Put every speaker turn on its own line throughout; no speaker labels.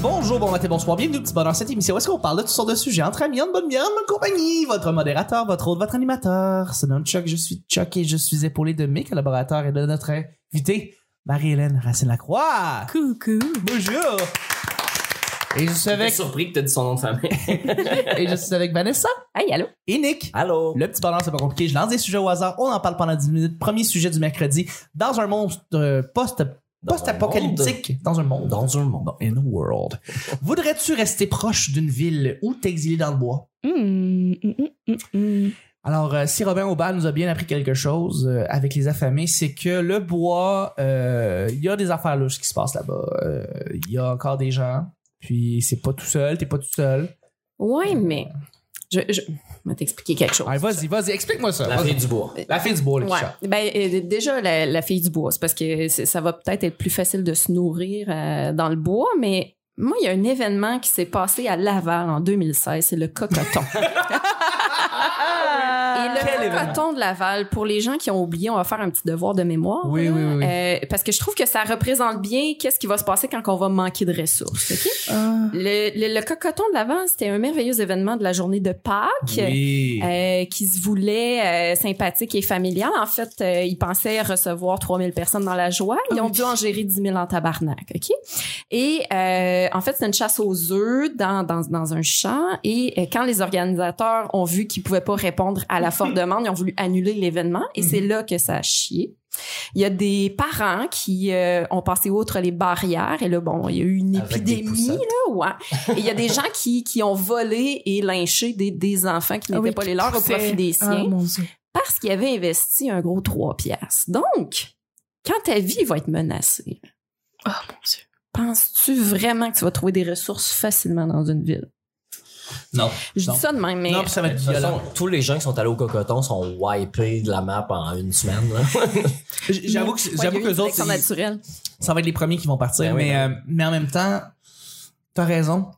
Bonjour, bon matin, bonsoir, bienvenue au petit bonheur. Cette émission, où est-ce qu'on parle de toutes sortes de sujets entre amis, en bonne bière, en bonne compagnie? Votre modérateur, votre hôte, votre animateur. Se nomme Chuck, je suis Chuck et je suis épaulé de mes collaborateurs et de notre invitée, Marie-Hélène Racine-Lacroix.
Coucou.
Bonjour. Et je suis
J'étais
avec,
surpris que t'as dit son nom de famille.
et je suis avec Vanessa
Hey, allô?
et Nick.
Allô?
Le petit bonheur, c'est pas compliqué. Je lance des sujets au hasard. On en parle pendant 10 minutes. Premier sujet du mercredi. Dans un monde euh, post-
Dans
post-apocalyptique. Dans un monde.
Dans un monde.
In a world. Voudrais-tu rester proche d'une ville ou t'exiler dans le bois?
Hum, hum, hum, hum, hum.
Alors, euh, si Robin Aubert nous a bien appris quelque chose euh, avec les affamés, c'est que le bois, euh, il y a des affaires louches qui se passent là-bas. Euh, Il y a encore des gens. Puis c'est pas tout seul, t'es pas tout seul.
Ouais, mais je, je je vais t'expliquer quelque chose.
Allez, vas-y, vas-y, explique-moi ça.
La
Vas-y.
fille du bois.
La fille du bois, là, qui
Ouais.
chante.
Ben, euh, déjà, la, la fille du bois, c'est parce que c'est- ça va peut-être être plus facile de se nourrir euh, dans le bois, mais moi, il y a un événement qui s'est passé à Laval en 2016, c'est le cocoton. Et le
Quel
cocoton de Laval, pour les gens qui ont oublié, on va faire un petit devoir de mémoire.
Oui,
là.
oui, oui.
Euh, parce que je trouve que ça représente bien qu'est-ce qui va se passer quand on va manquer de ressources. ok?
Ah.
Le, le- le cocoton de l'avant, c'était un merveilleux événement de la journée de Pâques.
Oui.
euh, qui se voulait euh, sympathique et familial. En fait, euh, ils pensaient recevoir 3000 personnes dans la joie. Ils
Ah
ont dû en gérer 10 000 en tabarnak, OK? Et euh, en fait, c'est une chasse aux œufs dans, dans, dans un champ. Et euh, quand les organisateurs ont vu qu'ils pouvaient pas répondre à la forte demande, ils ont voulu annuler l'événement. Et
Mhm.
c'est là que ça a chié. Il y a des parents qui euh, ont passé outre les barrières. Et là, bon, il y a eu une
Avec des
épidémie,
poussettes.
là, ouais. Et il y a des gens qui, qui ont volé et lynché des, des enfants qui n'étaient
Ah oui,
pas les leurs au
C'est-
profit des siens
Ah, mon Dieu.
parce qu'ils avaient investi un gros 3 piastres. Donc, quand ta vie va être menacée,
Ah, mon Dieu.
penses-tu vraiment que tu vas trouver des ressources facilement dans une ville?
Non.
Je
Non.
dis ça de même, mais...
Non, puis ça va
De
être
toute façon,
violent.
tous les gens qui sont allés au cocoton sont wipés de la map en une semaine. Là.
J- J'avoue que
Ouais,
j'avoue
il y
que
a eu
les
une
autres,
sélection
ils-
naturelle.
ça va être les premiers qui vont partir.
Ben oui,
mais, euh, mais en même temps, t'as raison.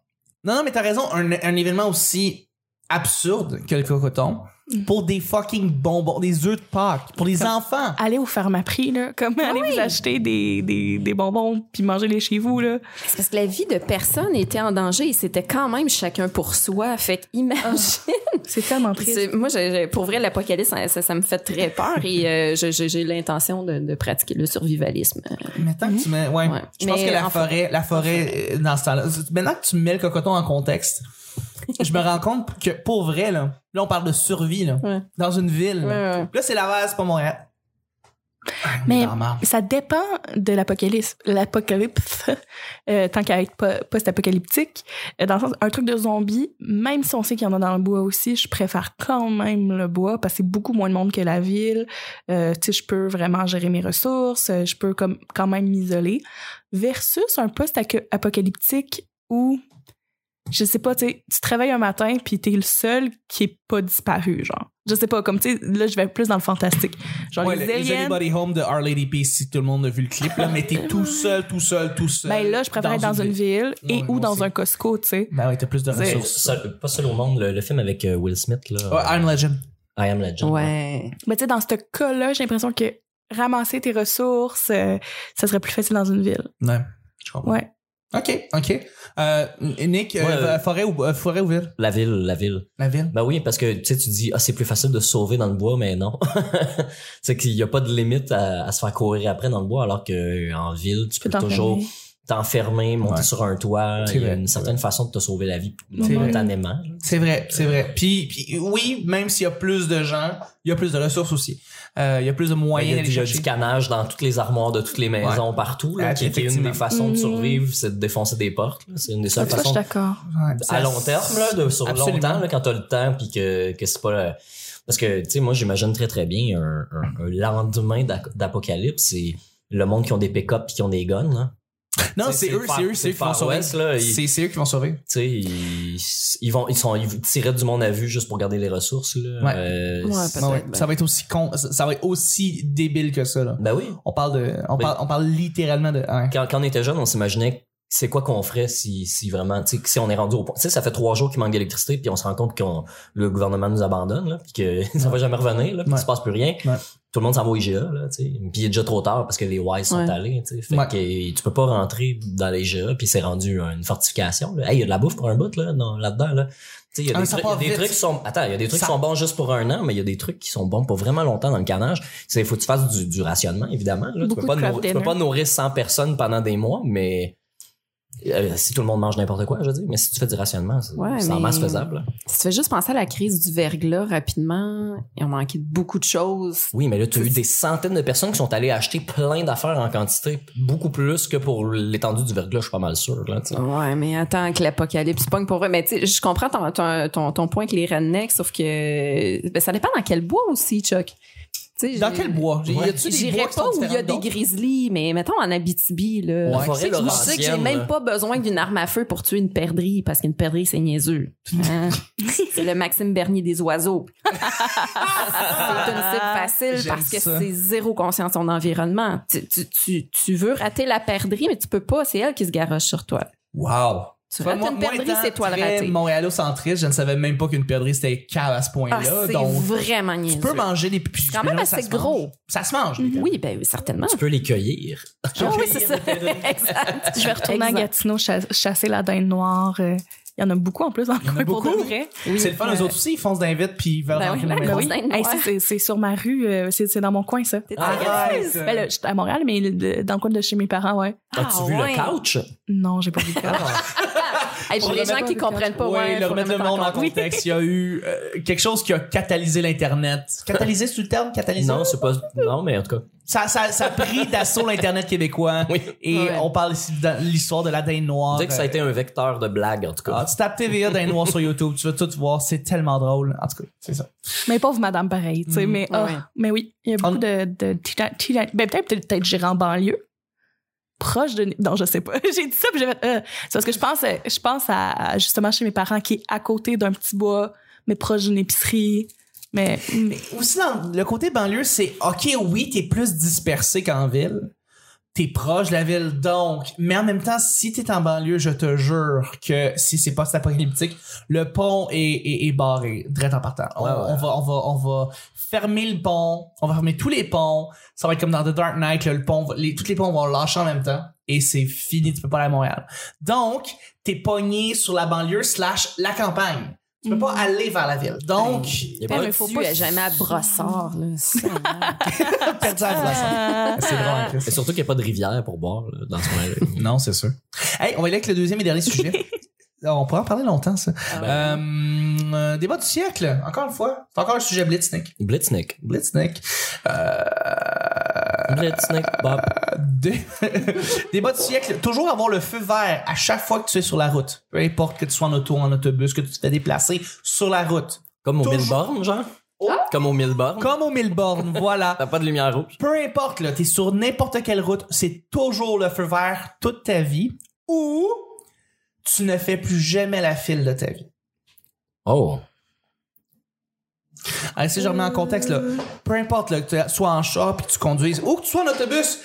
Non, non, mais t'as raison. Un, un événement aussi absurde que le cocoton
Mm.
pour des fucking bonbons, des œufs de Pâques, pour les
Comme-
Ah,
enfants.
Allez au Pharmaprix, là. Comme allez vous acheter des, des, des bonbons puis mangez-les chez vous, là.
C'est parce que la vie de personne était en danger et c'était quand même chacun pour soi. Fait
Ah.
que imagine...
C'est tellement
Puis
triste.
c'est- Moi, j'ai- j'ai- pour vrai, l'apocalypse, ça, ça- ça me fait très peur et euh, je- je- j'ai l'intention de, de pratiquer le survivalisme.
Maintenant que tu mets, ouais,
Ouais.
je pense
Mais
que la
en fa-
forêt, la forêt euh, dans ce temps-là. Maintenant que tu mets le cocoton en contexte, je me rends compte que pour vrai là, là on parle de survie là,
Ouais.
dans une ville.
Ouais, ouais.
Là c'est Laval, c'est pas Montréal. Ah, on est
Mais-
dans la merde.
Ça dépend de l'apocalypse. L'apocalypse, euh, tant qu'à être po- post-apocalyptique, euh, dans le sens, un truc de zombie, même si on sait qu'il y en a dans le bois aussi, je préfère quand même le bois parce que c'est beaucoup moins de monde que la ville. Euh, tu sais, je peux vraiment gérer mes ressources, euh, je peux comme, quand même m'isoler. Versus un post-apocalyptique où, je sais pas, tu sais, tu travailles un matin puis t'es le seul qui est pas disparu, genre. Je sais pas, comme tu sais, là, je vais plus dans le fantastique. Genre,
Ouais,
les
le Is
aliens,
Anybody Home de Our Lady Peace, si tout le monde a vu le clip, là, mais t'es tout seul, tout seul, tout seul.
Ben là, je préfère être dans une ville et
Ouais,
ou
moi
dans
aussi.
un Costco, tu sais.
Ben oui, t'as plus de
Seul-
ressources.
seul- pas seul au monde, le, le film avec euh, Will Smith, là,
Ouais, I'm Legend.
I Am Legend.
Ouais.
Mais tu sais, dans ce cas-là, j'ai l'impression que ramasser tes ressources, euh, ça serait plus facile dans une ville.
Ouais. Je comprends.
Ouais.
Ok, ok. Euh, Nick, euh,
Ouais, euh,
forêt, ou, euh, forêt ou ville?
La ville, la ville.
La ville?
Ben oui, parce que tu sais, tu dis, ah, c'est plus facile de se sauver dans le bois, mais non. c'est qu'il n'y a pas de limite à, à se faire courir après dans le bois, alors que euh, en ville, tu peux toujours
t'enfermer.
t'enfermer, monter
Ouais.
sur un toit.
C'est
Il y
vrai,
a une
c'est
certaine façon de te sauver la vie
C'est vrai.
momentanément. là.
C'est vrai, c'est vrai. Puis, puis oui, même s'il y a plus de gens, il y a plus de ressources aussi. Euh, il y a plus de
Ben, Il y
moyens
a,
d'aller
du- il y a
chercher.
du canage dans toutes les armoires de toutes les maisons partout, là,
Ah,
qui est une
effectivement.
des façons de
Mhm.
survivre, c'est de défoncer des portes. là. C'est une des seules
Ça, je
façons
suis d'accord.
Ouais,
à
ça-
long terme, là, de, sur
Absolument.
longtemps, là, quand t'as le temps, puis que, que c'est pas... euh, parce que, tu sais, moi, j'imagine très, très bien un, un- un lendemain d'ac- d'apocalypse, c'est le monde qui ont des pick-up puis qui ont des guns, là.
Non,
C'est-
c'est
c'est
eux,
le
c'est
Far-
eux,
c'est
c'est eux
le
qui vont
Far
sauver.
West, là, il-
C'est c'est eux qui vont sauver.
ben
Tu sais, ils, ils vont, ils sont, ils tiraient du monde à vue juste pour garder les ressources, là.
Ouais.
Euh,
Ouais,
c'est-
Peut-être,
Ouais,
ben.
Ça va être aussi con, ça ça va être aussi débile que ça, là.
ben oui.
On parle de, on
Mais-
parle, on parle littéralement de. ouais.
Quand, quand on était jeune, on s'imaginait c'est quoi qu'on ferait si, si vraiment, tu sais, si on est rendu au point. Tu sais, ça fait trois jours qu'il manque d'électricité, puis on se rend compte que le gouvernement nous abandonne, là, puis que ça va jamais revenir, là, puis
Ouais.
qu'il se passe plus rien.
Ouais.
Tout le monde s'en va au IGA, là, tu sais. Puis il est déjà trop tard parce que les Wise sont
Ouais.
allés, tu sais. Fait
Ouais.
que tu peux pas rentrer dans les IGA, puis c'est rendu une fortification, là. Hey, il y a de la bouffe pour un bout, là, dans- là-dedans, là. Tu sais, il y a
Ah,
des,
ça
trucs,
part
il y a
vite.
des trucs qui sont, attends, il y a des trucs
Ça-
qui sont bons juste pour un an, mais il y a des trucs qui sont bons pour vraiment longtemps dans le canage. C'est, faut que tu fasses du, du rationnement, évidemment, là. Tu
Beaucoup
peux,
de
pas
crab
nourrir, tu peux
dinner.
pas nourrir 100 personnes pendant des mois, mais euh, si tout le monde mange n'importe quoi, je veux dire, mais si tu fais du rationnement, c'est
Ouais,
c'est en
mais-
masse faisable. là.
Si tu fais juste penser à la crise du verglas rapidement, ils ont manqué de beaucoup de choses.
Oui, mais là, tu as eu des centaines de personnes qui sont allées acheter plein d'affaires en quantité, beaucoup plus que pour l'étendue du verglas, je suis pas mal sûr. Là, tu sais.
Ouais, mais attends que l'apocalypse pogne pour eux. Mais tu sais, je comprends ton, ton, ton, ton point que les rednecks, sauf que ben, ça dépend dans quel bois aussi, Chuck. Tu sais,
Dans
je-
quel bois? Y a-tu des
J'irais
bois qui
pas
sont
où il y a
différents
des
d'autres?
grizzlies, mais mettons en Abitibi, là.
Ouais.
La forêt
Je sais que j'ai
laurentienne,
même
là.
pas besoin d'une arme à feu pour tuer une perdrix, parce qu'une perdrix, c'est niaiseux. Hein? c'est le Maxime Bernier des oiseaux. c'est une cible facile
J'aime
parce que
ça.
c'est zéro conscience de son environnement. Tu, tu, tu, tu veux rater la perdrix, mais tu peux pas. C'est elle qui se garoche sur toi.
Wow!
Tu rates une perdrix, c'est toi le raté.
Montréalocentriste, je ne savais même pas qu'une perdrix c'était cave à ce
Ah,
point-là.
c'est
donc,
vraiment niaiseux.
tu peux manger des pipis.
quand même assez gros.
Ça se mange. les
Oui, ben oui, certainement.
Tu peux les cueillir.
Ah oui, c'est ça. exact.
Je vais retourner
Exact.
à Gatineau cha- chasser la dinde noire. euh, Il y en a beaucoup en plus dans le
y en a
coin pour de
beaucoup.
vrai.
perdrix. C'est le fun, eux autres aussi, ils foncent d'invite puis ils veulent
Ben oui,
rentrer
la
dans
Ben
maison.
grosse
oui.
dinde
Hey,
noire.
c'est- c'est- c'est sur ma rue, euh, c'est c'est dans mon coin ça.
T'es
Ah,
taré.
Arrête!
Ben là, j'étais à Montréal, mais le- dans le coin de chez mes parents, ouais.
As-tu vu
Ah, ouais.
le couch?
Non, j'ai pas vu ça.
Ah.
Hey, pour
Pour
les
remettre
gens qui
le
comprennent pas,
Oui,
ouais,
le
faut
remettre le
remettre
monde en
encore. Oui.
contexte. Il y a eu euh, quelque chose qui a catalysé l'Internet. Catalysé, c'est le terme? Catalysé?
Non, c'est pas. Non, mais en tout cas.
Ça, ça, ça a pris d'assaut l'Internet québécois.
Oui.
Et
Ouais.
on parle ici de l'histoire de la dinde
On
noire.
dirait que ça a été un vecteur de blague, en tout
ben. Ah,
cas.
tu tapes TVA dinde noire sur YouTube, tu vas tout voir, c'est tellement drôle. En tout cas, c'est ça.
mais pauvre madame pareil, tu sais.
Mhm.
Mais,
Ah
ah,
ouais.
mais oui, il y a beaucoup
On-
de. de, tira- tira- ben, peut-être peut-être peut-être j'irai en banlieue. Proche de. Non, je sais pas. j'ai dit ça, puis j'ai fait. euh. C'est parce que je pense, euh, je pense à, à, justement chez mes parents qui est à côté d'un petit bois, mais proche d'une épicerie. Mais.
Mais aussi, dans le côté banlieue, c'est OK, oui, t'es plus dispersé qu'en ville. T'es proche de la ville, donc. Mais en même temps, si t'es en banlieue, je te jure que si c'est post-apocalyptique, le pont est, est, est barré, direct en partant. On,
Ouais, ouais.
on va, on va, on va fermer le pont. On va fermer tous les ponts. Ça va être comme dans The Dark Knight, là, le pont, va- les, tous les ponts vont lâcher en même temps. Et c'est fini, tu peux pas aller à Montréal. Donc, t'es pogné sur la banlieue slash la campagne. Tu peux pas
Mm.
aller vers la ville. Donc,
Il y a
Ben,
pas-
mais faut pas jamais à brossard, là. hein. C'est malade.
perdu à la place.
Ah.
C'est vraiment
Et surtout qu'il n'y a pas de rivière pour boire là, dans ce coin-là.
Non, c'est sûr. Hey, on va y aller avec le deuxième et dernier sujet. on pourra en parler longtemps, ça. Euh, euh, débat du siècle, encore une fois. C'est encore le sujet Blitznik.
Blitznick.
Blitznik. Euh,
Blitznick, Bob.
dé- débat du siècle. Toujours avoir le feu vert à chaque fois que tu es sur la route. Peu importe que tu sois en auto, en autobus, que tu te fais déplacer sur la route.
Comme au
Toujours.
mille bornes, genre?
Oh.
Comme au mille bornes.
Comme aux mille bornes, voilà.
T'as pas de lumière rouge.
Peu importe, là, t'es sur n'importe quelle route, c'est toujours le feu vert toute ta vie. Ou tu ne fais plus jamais la file de ta vie.
Oh.
Allez, si je remets en contexte, là, peu importe là, que tu sois en char puis que tu conduises ou que tu sois en autobus,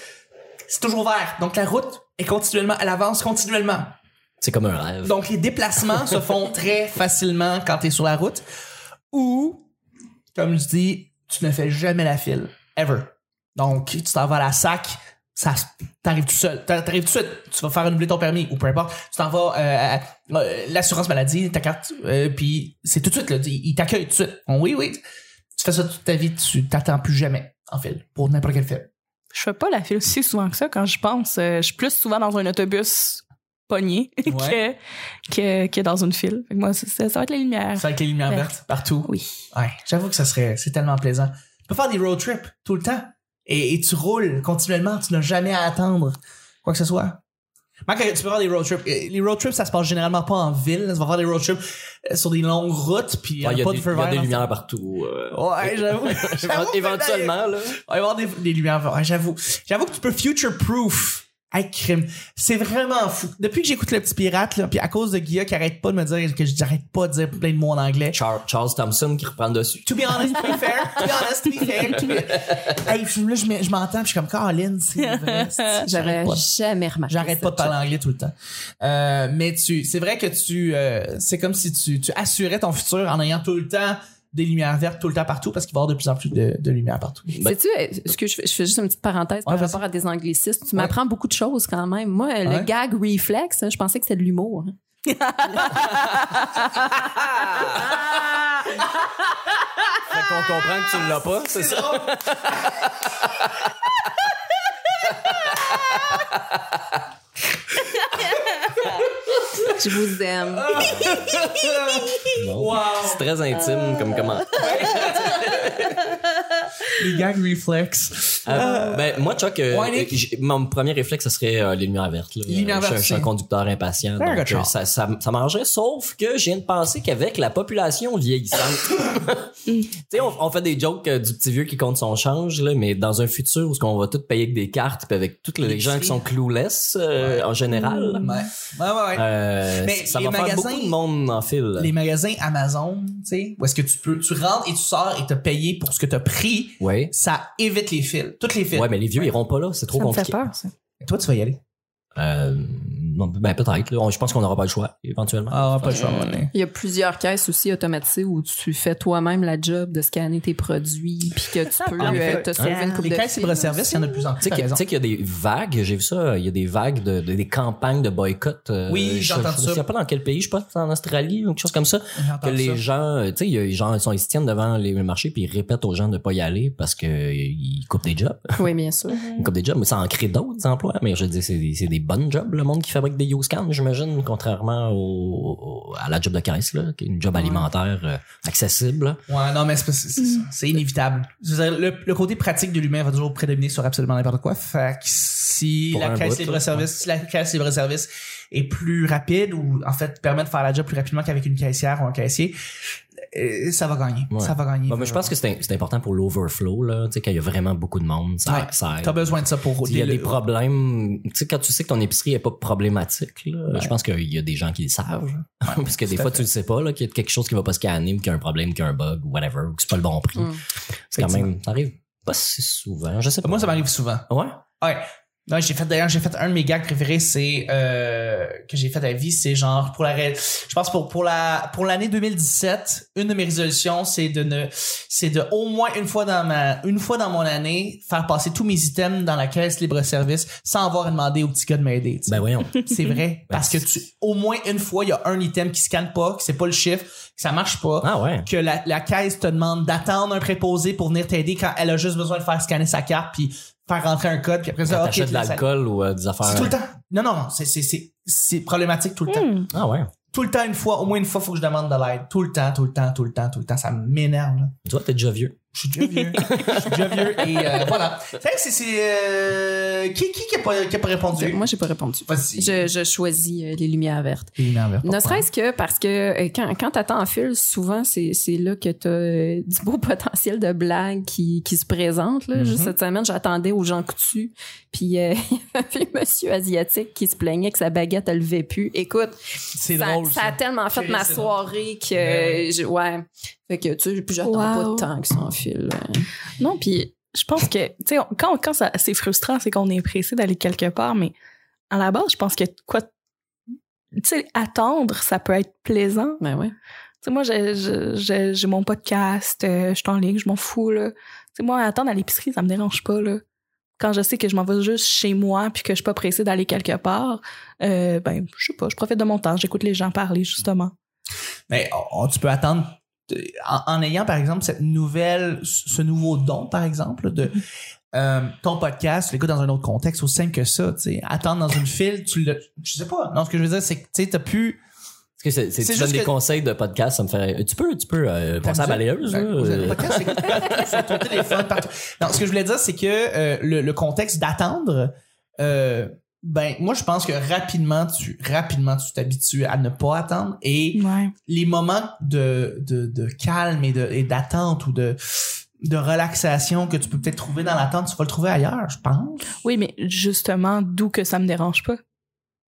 c'est toujours vert. Donc la route est continuellement, elle avance continuellement.
C'est comme un rêve.
Donc les déplacements se font très facilement quand tu es sur la route. Ou, comme je dis, tu ne fais jamais la file. Ever. Donc tu t'en vas à la sac. Ça, se- t'arrives tout seul, T'a- t'arrives tout de suite, tu vas faire renouveler ton permis ou peu importe, tu t'en vas euh, à- à euh, l'assurance maladie, ta carte, euh, puis c'est tout de suite, là, ils ils t'accueillent tout de suite. Oui, oui, tu fais ça toute ta vie, tu t'attends plus jamais en file, pour n'importe quel film.
Je fais pas la file si souvent que ça quand je pense. Euh, je suis plus souvent dans un autobus pogné
Ouais.
que, que, que dans une file. Fait que moi, ça, ça va être la lumière.
C'est avec les lumières
Verte.
vertes partout.
Ah. Oui.
Ouais, j'avoue que ça serait, c'est tellement plaisant. Tu peux faire des road trips tout le temps et, et tu roules continuellement, tu n'as jamais à attendre quoi que ce soit. Marc, Tu peux faire des road trips. Euh, Les road trips, ça se passe généralement pas en ville. Tu vas faire des road trips euh, sur des longues routes, puis il y
Ah,
a,
Il y a
pas
des,
de feu
il y a
vert.
des
dans-
lumières partout. euh,
Ouais, j'avoue. J'avoue que
Éventuellement, là.
Il va y avoir des, des lumières. vertes. Ouais, j'avoue. J'avoue que tu peux future-proof Ah, crime. C'est vraiment fou. Depuis que j'écoute Le Petit Pirate, là, puis à cause de Guilla qui arrête pas de me dire que j'arrête pas de dire plein de mots en anglais.
Char- Charles Thompson qui reprend le dessus.
To be honest, to be fair, to be honest, to be fair. To be... Hey, je- là, je m'en- je m'entends, puis je suis comme, Colin, c'est vrai. c'est-
J'aurais
j'arrête pas.
jamais remarqué.
J'arrête
ça.
pas de parler anglais tout le temps. Euh, mais tu, c'est vrai que tu, euh, c'est comme si tu, tu assurais ton futur en ayant tout le temps des lumières vertes tout le temps partout parce qu'il va y avoir de plus en plus de, de lumière partout.
Ben-
Sais-tu, euh, ce que je, fais- je fais juste une petite parenthèse par
Ouais, vas-y.
rapport à des anglicistes. Tu m'apprends beaucoup de choses quand même. Moi,
Ouais.
le gag reflex, hein, je pensais que c'était de l'humour. hein.
Fait qu'on comprend que tu ne l'as pas, c'est ça?
Je vous aime.
Non. C'est très intime
Euh.
comme comment.
Les gags réflexes.
Euh, ben, moi, Chuck, euh,
Ouais, Nick?
j'ai- mon premier réflexe, ce serait euh, les lumières vertes. là.
Les lumières
Euh, je suis un-
vertes,
Je suis un
c'est-
conducteur impatient.
C'est un gars
Donc,
de
euh,
char.
ça, ça, ça m'arrangerait, sauf que je viens de penser qu'avec la population vieillissante, tu sais, on, on fait des jokes euh, du petit vieux qui compte son change, là, mais dans un futur où on va tout payer avec des cartes, puis avec toutes les gens qui sont clouless euh, en général,
Ouais. Ouais, ouais, ouais.
euh,
Mais
ça
les
va faire
magasins-
beaucoup de monde en file.
Les magasins Amazon, tu sais, où est-ce que tu peux, tu rentres et tu sors et te payé pour ce que t'as pris,
Ouais.
ça évite les fils, toutes les fils.
Ouais, mais les vieux, ils iront pas là, c'est trop
Ça me fait
compliqué.
peur, ça.
Toi, tu vas y aller.
Euh, non, ben peut-être. là. On- Je pense qu'on n'aura pas le choix, éventuellement.
Ah, pas le choix, mon
hein.
nez.
Il y a plusieurs caisses aussi automatisées où tu fais toi-même la job de scanner tes produits puis que tu peux
Ah, en
euh,
effet.
te sauver une coupe
Les
de
caisses
fil.
libre-service, il y en a de plus en plus.
Tu
t'as
sais qu'il y a-
raison.
tu sais qu'il y a des vagues, j'ai vu ça, il y a des vagues de, de- des campagnes de boycott. euh,
Oui,
je-
j'entends
je,
ça.
Je sais pas dans quel pays, je pense que c'est en Australie ou quelque chose comme ça,
J'entends
que les
ça.
gens, euh, tu sais, il y a- les gens ils sont ils se tiennent devant les marchés puis ils répètent aux gens de pas y aller parce que euh, ils coupent des jobs,
hein.
Oui, bien sûr.
ils coupent des jobs, mais ça en crée d'autres emplois. Mais je dis c'est des, c'est des bonnes jobs le monde qui fabrique des YouScan, j'imagine, contrairement au, au- à la job de caisse là, qui est une job alimentaire euh, accessible. là.
Ouais, non, mais c'est, pas- c'est, c'est ça. C'est inévitable. Je veux dire, le, le côté pratique de l'humain va toujours prédominer sur absolument n'importe quoi. Fait que si
Pour
la
un
caisse
bout,
libre-service, si la caisse libre-service est plus rapide ou, en fait, permet de faire la job plus rapidement qu'avec une caissière ou un caissier, euh, ça va gagner.
Ouais.
Ça va gagner.
Bon, mais je pense que c'est c'est important pour l'overflow, là. Tu sais, quand il y a vraiment beaucoup de monde, ça,
Ouais.
ça aide.
T'as besoin de ça pour
Il y a
le-
des problèmes. Tu sais, quand tu sais que ton épicerie est pas problématique, là, je pense qu'il y a des gens qui le savent. Parce que des
tout à
fois, tu le sais pas, là, qu'il y a quelque chose qui va pas se canner, ou qu'il y a un problème, qu'il y a un bug, ou whatever, ou que c'est pas le bon prix.
Mm.
C'est quand même, ça arrive pas si souvent. Je sais pas.
Moi, ça m'arrive souvent.
Ouais.
Ouais. Non, j'ai fait d'ailleurs, j'ai fait un de mes gags préférés, c'est euh, que j'ai fait à vie, c'est genre pour la ré- je pense pour pour la pour l'année 2017, une de mes résolutions, c'est de ne c'est de au moins une fois dans ma une fois dans mon année faire passer tous mes items dans la caisse libre-service sans avoir à demander au petit gars de m'aider. tu sais.
Ben, voyons.
c'est vrai parce que tu au moins une fois, il y a un item qui scanne pas, que c'est pas le chiffre, que ça marche pas
Ah, ouais.
que la, la caisse te demande d'attendre un préposé pour venir t'aider quand elle a juste besoin de faire scanner sa carte puis faire rentrer un code puis après ça, ok,
Quand Ben, t'achètes de
tu laisses aller.
l'alcool ou euh, des
C'est
affaires.
tout le temps. Non, non, non, c'est, c'est, c'est, c'est problématique tout le temps.
Hmm.
Ah, ouais.
Tout le temps, une fois, au moins une fois, faut que je demande de l'aide. Tout le temps, tout le temps, tout le temps, tout le temps. Ça m'énerve. là.
Toi, t'es déjà vieux.
Je suis déjà vieux. Je suis déjà vieux. Et euh, voilà. C'est vrai que c'est. c'est, euh, Qui, qui, qui, a pas, qui a pas répondu?
Moi, j'ai pas répondu.
Vas-y.
Je, je choisis euh, les lumières vertes.
Il est énervé.
Ne serait-ce que parce que euh, quand, quand t'attends en fil, souvent, c'est c'est là que t'as euh, du beau potentiel de blague qui, qui se présente. Là.
Mhm.
Juste cette semaine, j'attendais aux gens coutus, puis euh, il y avait un monsieur asiatique qui se plaignait que sa baguette, elle levait plus. Écoute,
C'est
ça,
drôle.
ça
ça.
a tellement fait
C'est-
ma
c'est
soirée que...
Ben
j'ai- ouais. Fait que, tu sais, puis j'attends
Wow.
pas de temps que ça en file.
Non, puis je pense que, tu sais, on- quand, quand ça- c'est frustrant, c'est qu'on est pressé d'aller quelque part, mais à la base, je pense que quoi. Tu sais, attendre, ça peut être plaisant.
Ben ouais.
Tu sais, moi, j'ai- j'ai j'ai- j'ai mon podcast, euh, je suis en ligne, je m'en fous, là. Tu sais, moi, attendre à l'épicerie, ça me dérange pas, là. Quand je sais que je m'en vais juste chez moi puis que je suis pas pressée d'aller quelque part, euh, ben, je sais pas, je profite de mon temps, j'écoute les gens parler, justement.
Mais oh, oh, tu peux attendre euh, en, en ayant par exemple cette nouvelle, ce nouveau don par exemple de euh, ton podcast, tu l'écoutes dans un autre contexte aussi simple que ça. Tu sais, attendre dans une file, tu le, je sais pas. Non, ce que je veux dire, c'est que tu sais, t'as pu.
Parce que c'est- c'est-
C'est juste
tu donnes des
que-
conseils de podcast, ça me fait. Tu peux, tu peux euh, passer à la balayeuse, là.
Ben, vous avez
euh,
le podcast, c'est- c'est ton téléphone partout. Non, ce que je voulais dire, c'est que euh, le, le contexte d'attendre, euh, ben moi je pense que rapidement tu rapidement tu t'habitues à ne pas attendre et
Ouais.
les moments de, de, de calme et de et d'attente ou de de relaxation que tu peux peut-être trouver dans la tente, tu vas le trouver ailleurs, je pense.
Oui, mais justement, d'où que ça me dérange pas.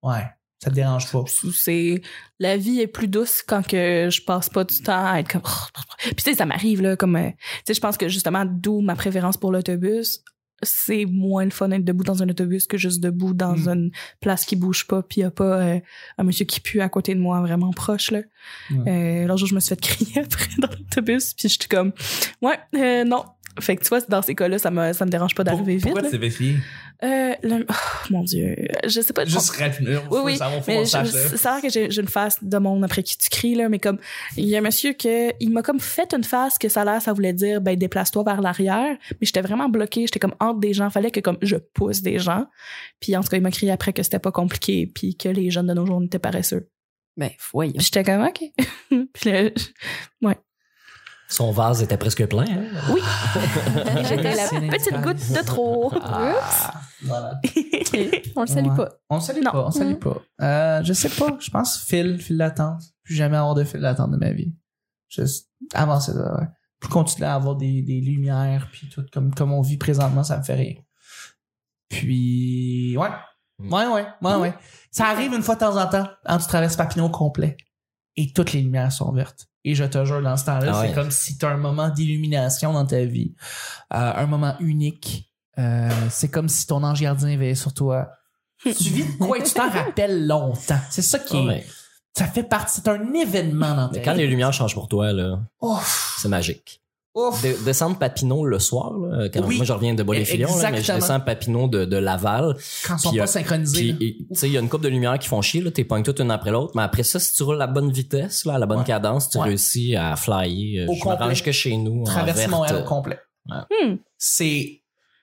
Ouais, ça te dérange pas.
c'est la vie est plus douce quand que je passe pas du temps à être comme puis tu sais ça m'arrive là comme euh, tu sais je pense que justement d'où ma préférence pour l'autobus c'est moins le fun d'être debout dans un autobus que juste debout dans
Hmm.
Mm.
une place qui bouge pas puis y a pas euh, un monsieur qui pue à côté de moi vraiment proche là Euh, l'autre jour je me suis fait crier après dans l'autobus puis j'étais comme ouais euh, non fait que tu vois dans ces cas là ça me ça me dérange pas d'arriver vite
Pourquoi
là.
tu t'es fait crier?
Euh, le- oh, mon dieu je sais pas
Juste rapidement.
Oui, oui,
Ça, on fait
mais
mon
je-
stage, là.
c'est ça a l'air que j'ai j'ai une face de monde après qui tu cries, là, mais comme, il y a un monsieur que, il m'a comme fait une face que ça a l'air, ça voulait dire, ben, déplace-toi vers l'arrière, mais j'étais vraiment bloquée, j'étais comme entre des gens, fallait que comme je pousse des gens. Puis en tout cas, il m'a crié après que c'était pas compliqué, puis que les jeunes de nos jours n'étaient paresseux.
Ben, voyons.
Puis j'étais comme, OK. puis là,
Son vase était presque plein. hein.
j'étais la petite goutte de trop.
Ah.
Voilà.
On le salue
Ouais.
pas.
On salue
Non.
pas, on salue
Mm.
pas. Euh, je sais pas, je pense fil, fil d'attente. Plus jamais avoir de fil d'attente de ma vie. Juste avancer ça. ouais. Plus continuer à avoir des, des lumières, puis tout comme, comme on vit présentement, ça me fait rire. Puis, ouais.
Mm.
Ouais, ouais, ouais, ouais. Ça arrive une fois de temps en temps, quand tu traverses Papineau au complet, et toutes les lumières sont vertes. Et je te jure, dans ce temps-là,
Ah
c'est
ouais.
comme si t'as un moment d'illumination dans ta vie, Euh, un moment unique. Euh, c'est comme si ton ange gardien veillait sur toi. Tu vis de quoi et tu t'en rappelles longtemps. C'est ça qui est.
Ah Ouais.
Ça fait partie. C'est un événement dans ta
Oh, Mais quand les
vie.
lumières changent pour toi, là,
Ouf,
c'est magique.
ouf.
De- descendre Papineau le soir, là, quand
Oui.
moi je reviens de bois les filions, là, mais je
Exactement.
descends Papineau de, de Laval.
Quand ils sont
Puis,
pas
euh,
synchronisés.
Puis,
là.
et- tu sais, il y a une coupe de lumières qui font chier, là, t'es pognes toutes une après l'autre, mais après ça, si tu roules à la bonne vitesse, là, à la bonne
Ouais.
cadence, tu
Ouais.
réussis à flyer. euh,
Au
je
complet.
m'arrange que chez nous. en
Traverser
verte.
Montréal au complet.
Hmm.
C'est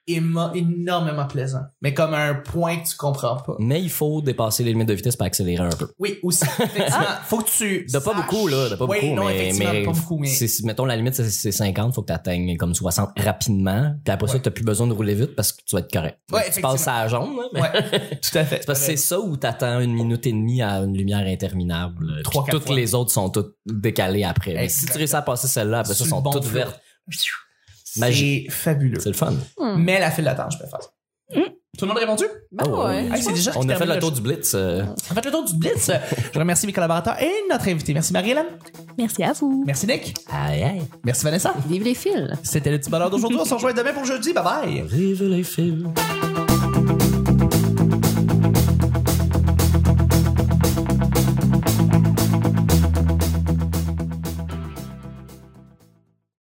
émo- énormément plaisant. Mais comme un point que tu comprends pas.
Mais il faut dépasser les limites de vitesse pour accélérer un peu.
Oui, aussi. Effectivement, faut que tu.
De pas
saches-
beaucoup, là, de pas
Oui,
beaucoup,
non,
mais,
effectivement,
mais,
pas beaucoup, mais-
c'est- mettons, la limite, c'est- c'est 50, faut que t'atteignes comme 60 rapidement, puis après ça,
Ouais.
t'as plus besoin de rouler vite parce que tu vas être correct.
Ouais,
tu
effectivement.
passes à la jaune, hein, là, mais-
Ouais, tout à fait.
C'est parce que c'est ça où t'attends une minute et demie à une lumière interminable.
Trois,
Trois,
quatre
toutes
fois.
les autres sont toutes décalées après. Mais si
Exactement.
tu réussis à passer celle-là, après ça,
Sur le
sont
bon
toutes
flow.
vertes.
C'est
Magique.
fabuleux.
C'est le fun.
Hmm.
Mais la file d'attente, je préfère ça. Tout le monde a répondu?
Ben
Oh,
ouais.
oui.
Hey, c'est déjà
On a fait
la
le tour du Blitz. euh,
On a fait le tour du Blitz. je remercie mes collaborateurs et notre invité. Merci Marie-Hélène.
Merci à vous.
Merci Nick.
Aïe, aïe.
Merci Vanessa.
Vive les fils.
C'était le petit bonheur d'aujourd'hui. On se rejoint demain pour jeudi. Bye bye.
Vive les films.